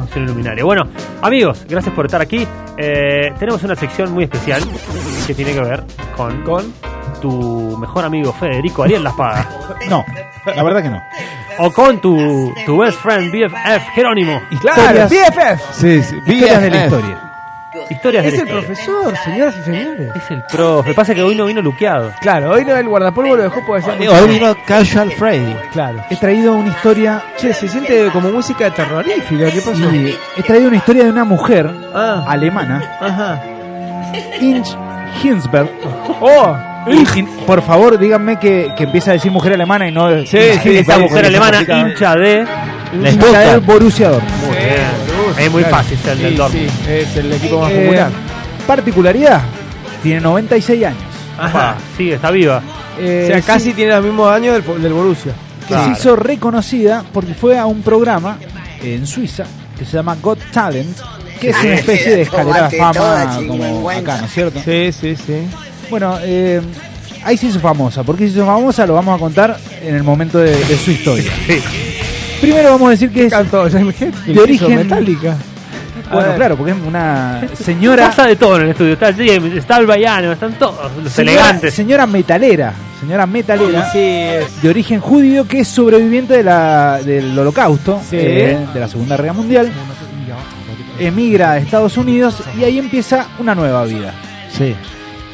Nación Iluminaria. Bueno, amigos, gracias por estar aquí. Eh, tenemos una sección muy especial que tiene que ver con, Con. tu mejor amigo Federico Ariel La Espada. No, la verdad que no. o con tu, tu best friend BFF Jerónimo. Y claro, Historias- BFF. Sí, sí. Historias de la BFF. historia. Historias Es del el profesor, señoras y señores. Es el profe. Pasa que hoy no vino luqueado. Claro, hoy no el guardapolvo lo dejó por allá. Digo, hoy vino Casual Freddy. Claro. He traído una historia. Che, se siente como música terrorífica. ¿Qué pasó? sí, he traído una historia de una mujer Ah. alemana, Ajá. Inge Hinsberg. Oh, Y- Por favor, díganme que, que empieza a decir mujer alemana y no. sí, Esa vamos, mujer con esa alemana, complicada. hincha de. La esposa del Borussia Dortmund. Muy bien. Es muy fácil ser del Sí, Dortmund. sí, es el equipo más Eh, popular. particularidad, tiene 96 años. Opa, Sigue, está viva. Eh, O sea, sí, casi tiene los mismos años del, del Borussia. que claro. se hizo reconocida porque fue a un programa en Suiza que se llama Got Talent, que es una especie de escalera de fama como acá, ¿no es cierto? Sí, sí, sí. Bueno, eh, ahí se hizo famosa. ¿Por qué se hizo famosa? Lo vamos a contar en el momento de, de su historia. Primero vamos a decir que es... Cantó Jim Hetfield. De origen- hizo Metallica. Bueno, claro, porque es una señora... Pasa de todo en el estudio. Está James, está el Baiano, están todos los señora- elegantes. Señora metalera. Señora metalera. Sí, es. de origen judío que es sobreviviente de la, del holocausto, Sí. eh, de la Segunda Guerra Mundial, emigra a Estados Unidos y ahí empieza una nueva vida. Sí.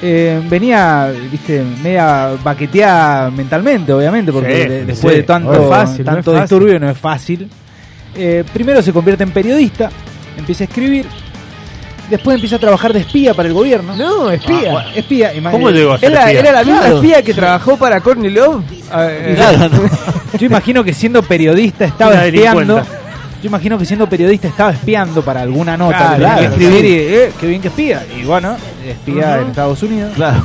Eh, venía, viste, media baqueteada mentalmente, obviamente, porque Sí, de- después sí. de tanto, No es fácil, no es tanto fácil. disturbio no es fácil. Eh, primero se convierte en periodista, empieza a escribir, después empieza a trabajar de espía para el gobierno. No, espía. Ah, espía, espía, imagínate. ¿Cómo llegó a ser Era, espía? era la misma Claro. espía que trabajó para Courtney Love. Eh, Claro, no. Yo imagino que siendo periodista Una estaba espiando. delincuenta. Yo imagino que siendo periodista estaba espiando para alguna Claro, nota que tenía que claro, escribir y eh, qué bien que espía. Y bueno, espía en Estados Unidos. Claro.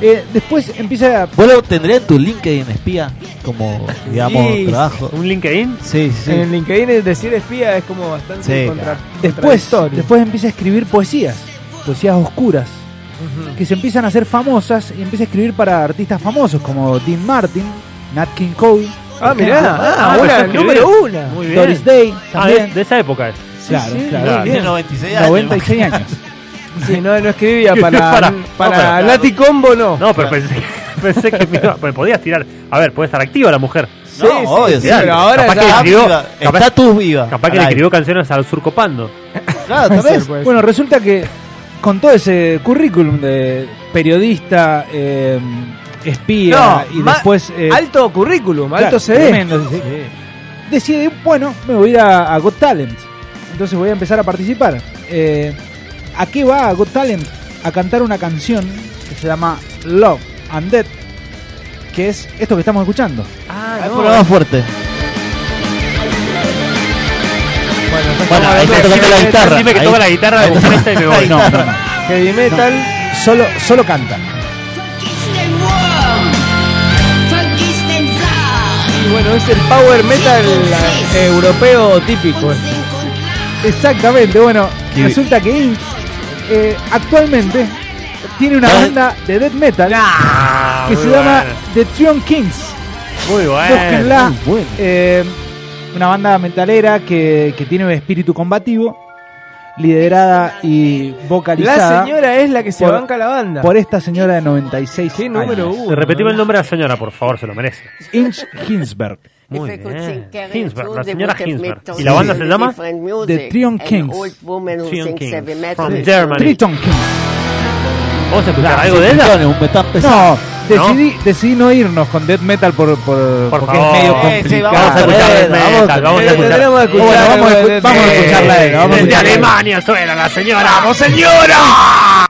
Eh, después empieza a- ¿Vos lo tendrías en tu LinkedIn espía como, digamos, Sí. trabajo? Un LinkedIn. Sí, sí. Eh, En LinkedIn es decir espía es como bastante Sí, contra, después, contradictorio. después empieza a escribir poesías, poesías oscuras, Ujú. que se empiezan a hacer famosas y empieza a escribir para artistas famosos como Dean Martin, Nat King Cole, Ah, mirá, ah, Ah, ahora empezó a el escribir. número una. Muy bien. Doris Day, Ah, de, también. de esa época es. claro, sí, claro. claro. Tiene 96 años. 96 años. Sí, no, no escribía para, Para- para, no, para- Nati Combo, no. No, pero pensé, pensé que me iba- pero podías tirar. A ver, puede estar activa la mujer. No, obvio, sí, pero ahora capaz ya... que Está escribió- viva. capaz- Está tú viva. Capaz que le Al escribió canciones al surcopando. aire. Claro, tal puede vez. ser, puede ser. Bueno, resulta que con todo ese currículum de periodista, eh, espía No, y ma- después eh, alto currículum, claro, alto CD. tremendo, sí. decide, bueno, me voy a ir a, a Got Talent. Entonces voy a empezar a participar. Eh, ¿A qué va a Got Talent? A cantar una canción que se llama Love and Death, que es esto que estamos escuchando. Ah, Ahí por lo más fuerte. Bueno, estamos Bueno, ahí hablando está de tocando la heavy guitarra. Dime que Ahí- toca la guitarra de vocalista y me voy. Ahí no, no, no. metal- Heavy metal. Solo, solo canta. Y bueno, es el power metal eh, europeo típico. eh. Exactamente, bueno, Qué- resulta que Inc. eh, actualmente tiene una Ah. banda de death metal Ah, que muy se llama bueno. The Trion Kings. Muy bueno. Búsquenla. muy bueno. eh, una banda metalera que, que tiene un espíritu combativo, liderada y vocalizada La señora es la que se Por- banca la banda. por esta señora de 96 Qué número años, uno. Repetimos el nombre de la señora, por favor, se lo merece. Inge Hinsberg. Muy If I could bien. sing Carrie Hinsberg, Jones, la they señora would have Hinsberg. made ¿Y la banda se totally llama? different music. The Trion An Kings. old woman who Trion sings Kings, heavy metal from is Germany. Triton Kings. ¿Vamos a escuchar algo de ella? Millones, Un metal pesado. No, decidí, decidí no irnos con death metal por, Por por- porque favor. es medio Sí, sí, complicado. vamos Vamos a escuchar Bueno, el metal, vamos a Eh, escuchar. tendremos que Bueno, escuchar vamos a algo escu- de- vamos a de- escucharla a ella, vamos a Desde escucharla. Alemania suena la señora. ¡Vamos, señora!